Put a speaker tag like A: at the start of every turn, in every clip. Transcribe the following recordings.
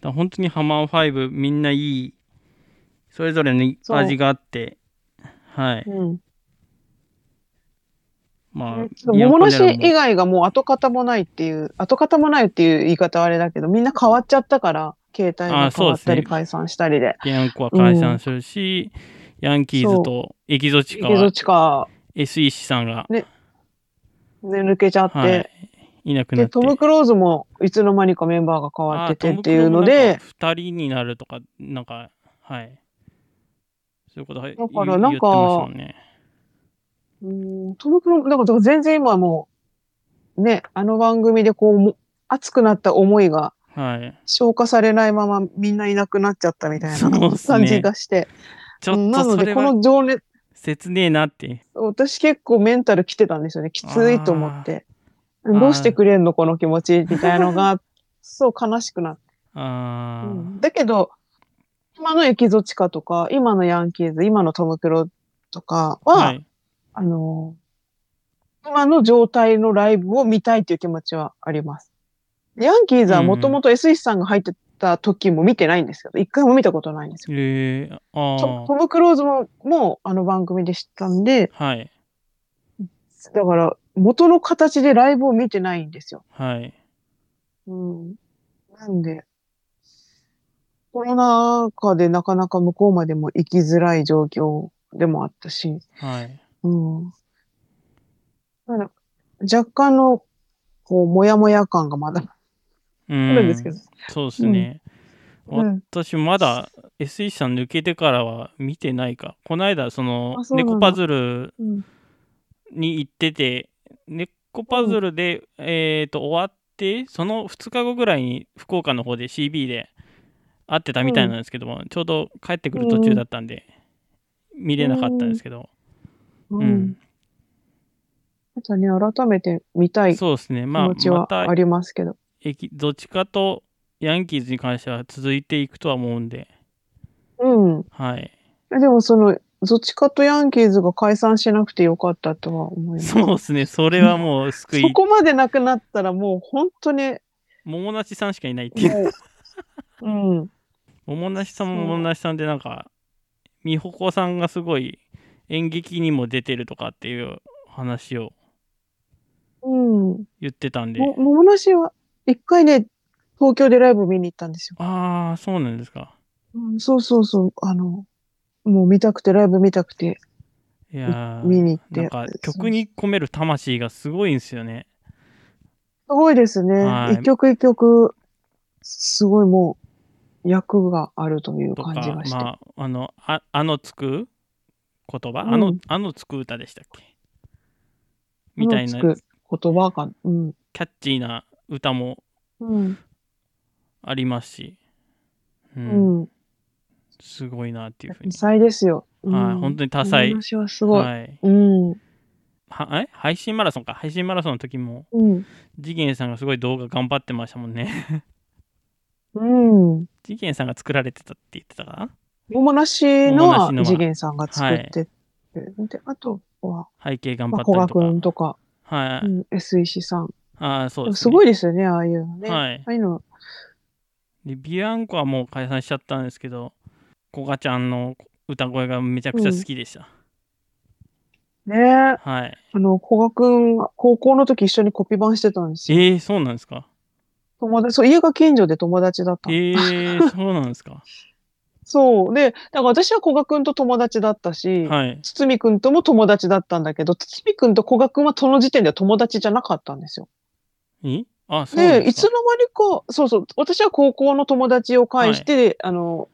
A: だから本当にハマー5みんないい、それぞれに
B: そう
A: 味があって、はい。
B: うん。
A: まあ、リアン
B: 桃
A: コ
B: の
A: ジャ
B: 市
A: ラも
B: 以外がもう跡形もないっていう、跡形もないっていう言い方はあれだけど、みんな変わっちゃったから、携帯
A: あ
B: が変
A: そう
B: わ
A: で
B: っ
A: すね
B: たり解散したりで。
A: ヤンコは解散するし、ヤンキーズとエキゾチ
B: 池
A: カは
B: どっちか
A: SE 資産が、
B: ね抜けちゃって、
A: はい、いなくなっ
B: で、
A: て。
B: トム・クローズもいつの間にかメンバーが変わっててっていうの
A: あ
B: で、、
A: 2人になるとか、なんか、はい。そういうことはだ
B: だからな
A: 言ってま
B: んか
A: したもんね。
B: うんトム・クローズ、なんかだから全然今もう、ね、あの番組でこうも、熱くなった思いが
A: はい。
B: 消化されないままみんないなくなっちゃったみたい
A: そ
B: な
A: うっすね
B: 感じがして。
A: ちょ
B: うん
A: っ
B: な
A: と
B: の
A: そ
B: で、
A: れ
B: こ
A: は
B: の情熱、
A: 切ねえなって。
B: 私結構メンタル来てたんですよね。きついと思って。
A: ー
B: うんどうしてくれんのこの気持ちみたいのが、そう悲しくなって。
A: あ
B: うんだけど、今のエキゾチカとか、今のヤンキーズ、今のトムクロとか
A: あ。
B: は、
A: はい。
B: あのー今の状態のライブを見たいという気持ちはあります。ヤンキーズはもともと S さんが入ってた時も見てないんですけど、一回も見たことないんですよ。
A: えー、
B: ト
A: あ
B: トム・クローズも、もうあの番組で知ったんで、
A: あ。はい。
B: だから元の形でライブを見てないんですよ。
A: はい。
B: うん。なんで、コロナ禍でなかなか向こうまでも行きづらい状況でもあったし、
A: はい。
B: うん。なんか若干の、こう、もやもや感がまだ
A: う
B: あ
A: ん。
B: るんですけど。
A: そうですね。
B: うん。
A: 私まだ SE さん抜けてからは見てないか。この間、その
B: あ、そうなんだ
A: 猫パズル
B: うん
A: に行ってて、猫パズルで、えっ、と、終わって、その2日後ぐらいに福岡の方で CB で会ってたみたいなんですけども、ちょうど帰ってくる途中だったんで、見れなかったんですけど、
B: う。
A: うんん、
B: またね、改めて見たい気
A: そうですね、まあ、
B: 持ち
A: ま
B: は
A: た
B: ありますけど。
A: えきどっちかとヤンキーズに関しては続いていくとは思うんで、
B: うん。
A: はい、
B: でも、その、ゾチカとヤンキーズが解散しなくてよかったとは思います。
A: そうですね、それはもう救
B: そ
A: い、
B: こまでなくなったらもう本 当に、
A: 桃梨さんしかいないっていう、
B: もう、うん。
A: 桃梨さん
B: そ
A: も
B: う
A: 桃梨さんで、なんか、美穂子さんがすごい演劇にも出てるとかっていう話を
B: うん。
A: 言ってたんで、
B: も、もなしは、一回ね、東京でライブ見に行ったんですよ。
A: ああ、そうなんですか。
B: うん、そうそうそう。あの、もう見たくて、ライブ見たくて、
A: いやー
B: 見に行って。
A: なんか曲に込める魂がすごいんですよね。
B: すごいですね。一、
A: はい
B: 曲一曲、すごいもう、役があるという
A: と
B: 感
A: か
B: じが、して。
A: まあ、あの、ああのつく言葉、
B: うん
A: あの、あのつく歌でしたっけみたいな、
B: う
A: キ
B: んつく言葉が、うん。
A: ャッチーな歌も
B: うん。
A: ありますし、う、
B: うんん。
A: すごいなっていうふう
B: 多
A: に。
B: 彩ですよ。
A: はい、本当に多彩。
B: 話はすごい。
A: はい。
B: うん。う
A: はえ配信マラソンか。配信マラソンの時も、
B: ん。
A: 次元さんがすごい動画頑張ってましたもんね。
B: うん。
A: 次元さんが作られてたって言ってたかな
B: 桃なし
A: 桃なしの
B: の
A: は
B: 次元さんが作ってて、であとは、
A: 背景頑張
B: ま
A: っ
B: あ、
A: た
B: 古
A: り
B: 賀くん
A: と
B: と
A: か。
B: か、
A: は
B: う
A: い。
B: ん、S 石さん。
A: ああ、そうです
B: す
A: ね。
B: ごいですよね、ああいうのね。
A: はい
B: ああいうの、
A: でビアンコはもう解散しちゃったんですけどこがちゃんの歌声がめちゃくちゃ好きでした、
B: ね
A: はい
B: あの、古賀くんが高校の時一緒にコピー版してたんです
A: え
B: よ。
A: ー、そうなんですか
B: 友達、そう、家が近所で友達だった
A: え
B: の。
A: ー、そうなんです か
B: そう。で、だから私は古賀くんと友達だったし、
A: はい
B: 堤くんとも友達だったんだけど、堤くんと古賀くんはその時点では友達じゃなかったんですよ。
A: えあそうなん
B: で、
A: で
B: い
A: す
B: つ
A: か
B: の間にか、そうそう、私は高校の友達を介して、あの、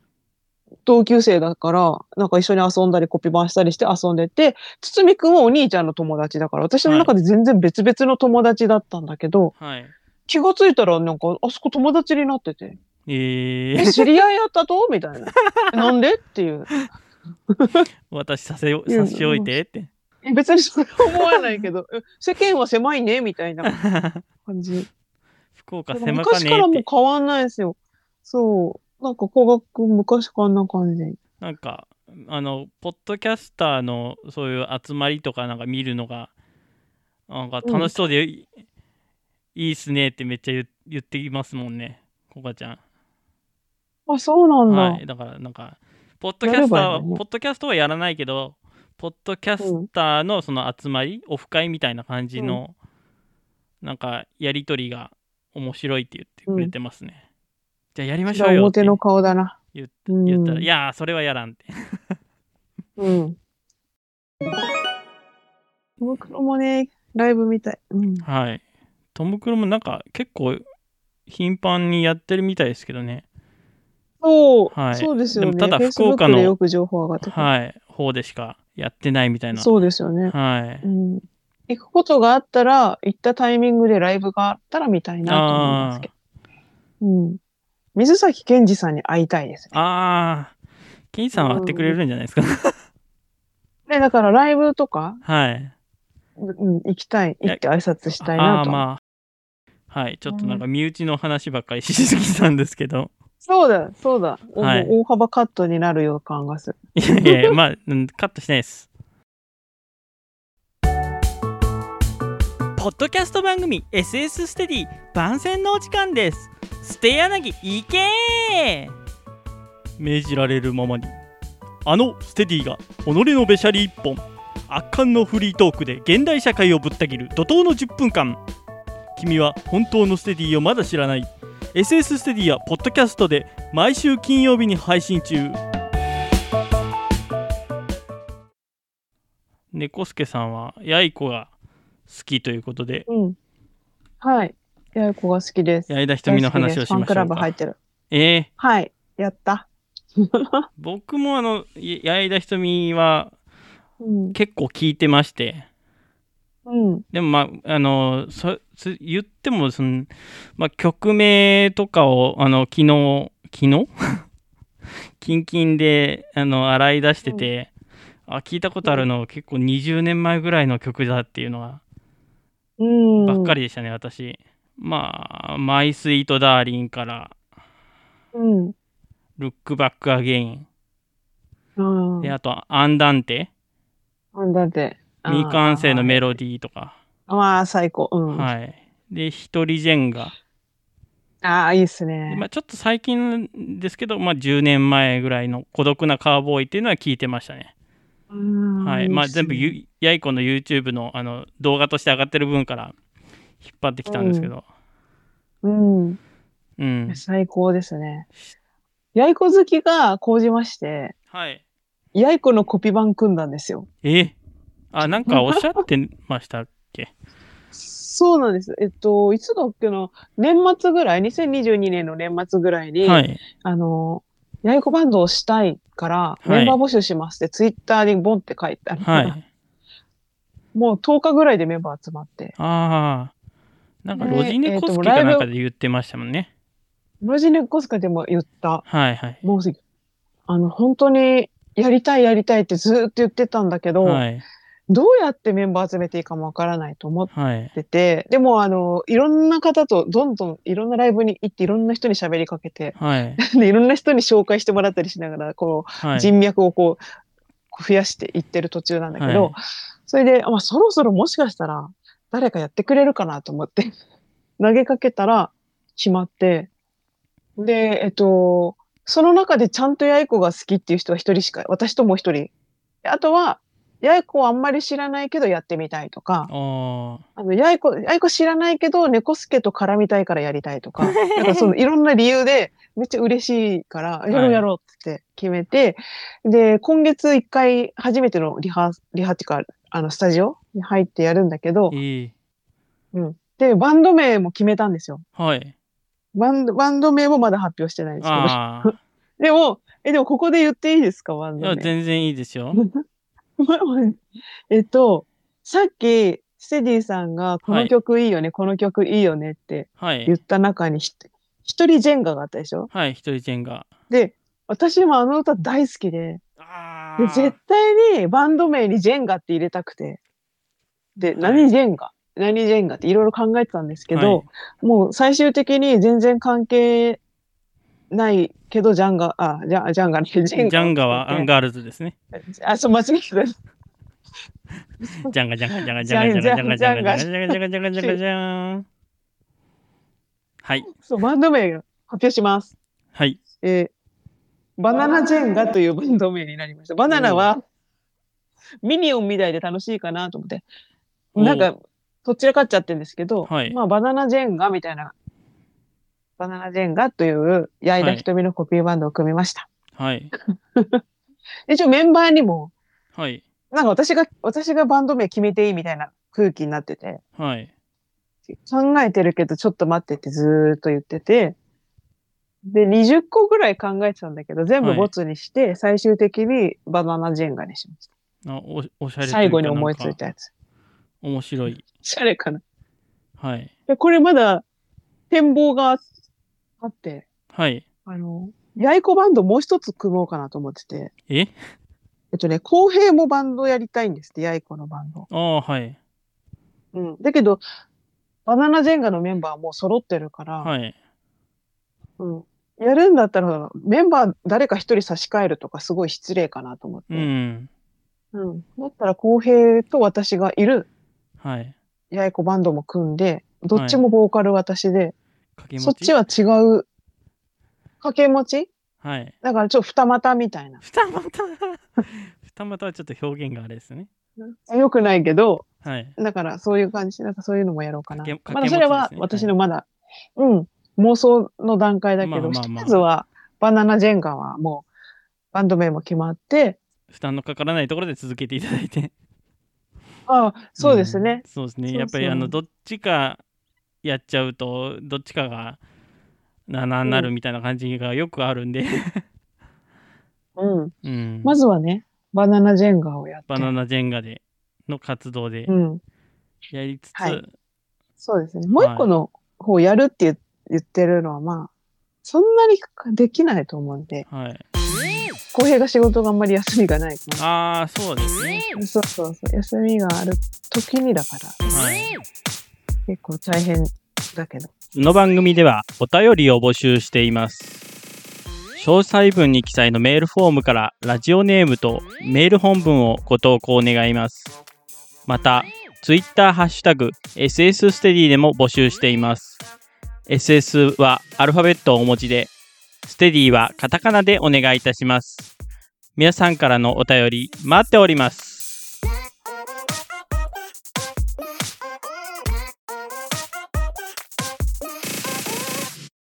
B: 同級生だから、なんか一緒に遊んだり、コピバンしたりして遊んでて、堤くんはお兄ちゃんの友達だから、私の中で全然別々の友達だったんだけど、
A: はい
B: 気がついたらなんか、あそこ友達になってて、
A: え
B: え、
A: ー、
B: 知り合いやったとみたい な。なんでっていう。
A: 私させよ
B: いや
A: 差し置いてって
B: え別にそれは思わないけど、 え世間は狭いね、みたいな感じ。
A: 福岡
B: だから
A: 狭か
B: 昔
A: ね
B: から
A: えっ
B: もう
A: て
B: 変わんないですよ。そう。なんか小学校昔からあんな感じ。
A: なんかあのポッドキャスターのそういう集まりとかなんか見るのがなんか楽しそうで、いいいっすねってめっちゃ言言ってきますもんねこがちゃん
B: あ、そうなんだ。
A: はい、だからなんかポッドキャスター
B: やればい
A: はい
B: のに
A: ポッドキャストはやらないけどポッドキャスターのその集まり、オフ会みたいな感じの、なんかやり取りが面白いって言ってくれてますね、じゃあやりまし
B: じゃ
A: ょ
B: あ
A: うよって
B: 表の顔だな。
A: 言っ
B: うん
A: 言ったら、いやーそれはやらんって
B: うん。トムクロもね、ライブみたい。うん。
A: はいトム・クルーもなんか結構頻繁にやってるみたいですけどね
B: そう、
A: はい
B: そうですよね。
A: でもただ
B: Facebook
A: 福岡の
B: でよく情報上がってくる
A: はい方でしかやってないみたいな
B: そうですよね。
A: はい
B: うん。行くことがあったら、行ったタイミングでライブがあったら見たいなと思いますけど。うん。水崎健二さんに会いたいですね。
A: あーケンジさんは会ってくれるんじゃないですか、
B: ね、だからライブとか、
A: はい
B: うん、行きたい、
A: や
B: 行って挨拶したいな
A: あ
B: と。
A: ーまあはいちょっとなんか身内の話ばっかりしすぎたんですけど
B: そうだ、そうだ。お
A: はい
B: もう大幅カットになる予感がする。
A: いやいやいやまあうんカットしないですポッドキャスト番組 SS ステディ番宣のお時間ですステ柳行け命じられるままにあのステディが己のべしゃり一本圧巻のフリートークで現代社会をぶった切る怒涛の10分間君は本当のステディをまだ知らない SS ステディはポッドキャストで毎週金曜日に配信中猫助さんはやいこが好きということで
B: うん。はい。やいこが好きです。
A: 矢井田瞳の話をし
B: 大好きですファン
A: まし
B: ク
A: ょ
B: ラ
A: う
B: ブ
A: か
B: 入ってる。
A: えー
B: はい。やった。
A: 僕もあのや矢井田瞳は
B: うん。
A: 結構聞いてまして
B: うん。
A: でもまああのそつ言ってもその、まあ、曲名とかをあの昨日昨日 キンキンであの洗い出してて、あ聞いたことあるの結構20年前ぐらいの曲だっていうのは
B: うん。
A: ばっかりでしたね、私まあ「マイスイートダーリン」から
B: うん。
A: 「ルックバックアゲイン
B: うん。」
A: であと「アンダンテ」
B: なんだって。
A: 未完成の
B: メ
A: メロディーとか
B: まあ、最高。うん。
A: はいで「ひとりジェンガ」
B: ああ、いいっす
A: で
B: ね。
A: まあ、ちょっと最近ですけど、まあ、10年前ぐらいの「孤独なカウボーイ」っていうのは聞いてましたね。
B: うん
A: はいまあ、全部
B: いいっ
A: ゆやいこの YouTube のあの動画として上がってる分から引っ張ってきたんですけど、
B: すねうん。
A: うん
B: 最高ですね。やいこ好きが高じまして、
A: はい、
B: やいこのコピー版組んだんですよ。
A: えあなんかおっしゃってま したっけ
B: そうなんです。えっと、いつだっけな、年末ぐらい、2022年の年末ぐらいに、
A: はい
B: あの、やいこバンドをしたいから、
A: い
B: メンバー募集しますって、ツイッターにボンって書いてある、
A: はい
B: もう10日ぐらいでメンバー集まって、
A: ああなんか
B: ね
A: ロジネコスキーかなんかで言ってましたもんね、
B: ロジネコスカでも言った。
A: はいはい
B: もう、あの、本当に、やりたいやりたいってずーっと言ってたんだけど、
A: はい
B: どうやってメンバー集めていいかもわからないと思っ
A: はい
B: てて、でもあの、いろんな方とどんどんいろんなライブに行っていろんな人に喋りかけて、
A: はい
B: で、いろんな人に紹介してもらったりしながら、こ
A: は
B: う、
A: い
B: 人脈をこう、増やしていってる途中なんだけ
A: は
B: ど、
A: い
B: それで、まあ、そろそろもしかしたら、誰かやってくれるかなと思って、 投げかけたら、決まって、で、えっと、その中でちゃんと八重子が好きっていう人は一人しか、私ともう一人。であとは、八重子はあんまり知らないけどやってみたいとか、
A: あ
B: あの、やいこ、やいこ知らないけど、猫助と絡みたいからやりたいとか、 なんかそのいろんな理由で、めっちゃ嬉しいから、やろうやろうって決めて、で、今月一回初めてのリハ、リハっていうか、あの、スタジオに入ってやるんだけど
A: あ、いい
B: で、バンド名も決めたんですよ。
A: はい
B: バンド、バンド名もまだ発表してないんですけど。
A: ああ
B: でも、え、でもここで言っていいですか、バン
A: い
B: ド
A: や
B: 名。
A: 全然いいですよ
B: えっと、さっき、ステディさんが、この曲いいよね、この曲いいよねって、
A: は
B: 言
A: い
B: った中にひ一人ジェンガがあったでしょ
A: はい一人ジェンガ
B: で、私もあの歌大好きで、
A: あ
B: で絶対にバンド名にジェンガって入れたくて、で、何ジェンガ、何ジェンガっていろいろ考えてたんですけど、もう最終的に全然関係ないけど、ジャンガ、あ、ジャジャンガね、ジ
A: ジ
B: ェンガ。
A: ャンガはアンガールズですね
B: あ、そう、間違えた。
A: ジャンガジャンガジャンガジャンガジャンガジャンガジャンガジャンガジャンガジャンガジャンガジャンはい
B: そう、バンド名発表します。
A: はい
B: えーバナナジェンガというバンド名になりました。バナナは、ミニオンみたいで楽しいかなと思って、
A: おう
B: なんか、どちらかっちゃってるんですけど、
A: はい
B: まあ、バナナジェンガみたいな、バナナジェンガという、矢井田瞳のコピーバンドを組みました。
A: はい。
B: 一応メンバーにも、
A: はい。
B: なんか私が、私がバンド名決めていいみたいな空気になってて、
A: はい。
B: 考えてるけどちょっと待ってってずーっと言ってて、で、20個ぐらい考えてたんだけど、全部ボツにして、最終的にバナナジェンガにしまし
A: あおおしゃ
B: た。
A: れというか
B: 最後に思いつ
A: ないんか
B: たやつ。
A: 面白い。
B: シャレかな。
A: はい。
B: で、これまだ展望があって、
A: はい。
B: あの、やいこバンドもう一つ組もうかなと思ってて、
A: え
B: えっとね、浩平もバンドやりたいんですって、やいこのバンド。
A: ああ、はい。
B: うん。だけど、バナナジェンガのメンバーはもう揃ってるから、
A: はい。
B: うん。やるんだったら、メンバー誰か一人差し替えるとかすごい失礼かなと思っ
A: う
B: て。
A: ん。
B: うん。だったら、浩平と私がいる、
A: はい。
B: やいこバンドも組んで、どっちもボーカル私で、
A: 掛け持ち
B: そっちは違う、掛け持ち
A: はい。
B: だからちょっと二股みたいな。
A: 二股二股はちょっと表現があれですね。
B: よくないけど、
A: はい。
B: だからそういう感じ、なんかそういうのもやろうかな。
A: 掛け
B: まだそれは
A: 掛け持ちです
B: 私
A: ね
B: のまだ、うん、妄想の段階だけど、
A: まあまあまあ
B: ひとまずはバナナジェンガはもうバンド名も決まって、
A: 負担のかからないところで続けていただいて。
B: ああ、そうですね
A: う。ん。そうですね。
B: そうそう
A: やっぱりあのどっちかやっちゃうとどっちかがなななるみたいな感じがよくあるんで。
B: うん。
A: うん。
B: まずはね、バナナジェンガをやって。
A: バナナジェンガでの活動で
B: うん。
A: やりつつ、
B: はいそうですね。もう一個の方やるって言言ってるのは、まあ、そんなにできないと思うんで、
A: はい。
B: 公平が仕事があんまり休みがないから。
A: ああ、そうですね。
B: そうそうそう。休みがある時にだから、
A: はい。
B: 結構大変だけど。
A: この番組ではお便りを募集しています。詳細文に記載のメールフォームからラジオネームとメール本文をご投稿願います。また、ツイッターハッシュタグ SS ステディでも募集しています。SS はアルファベットをお持ちで、ステディはカタカナでお願いいたします。皆さんからのお便り待っております。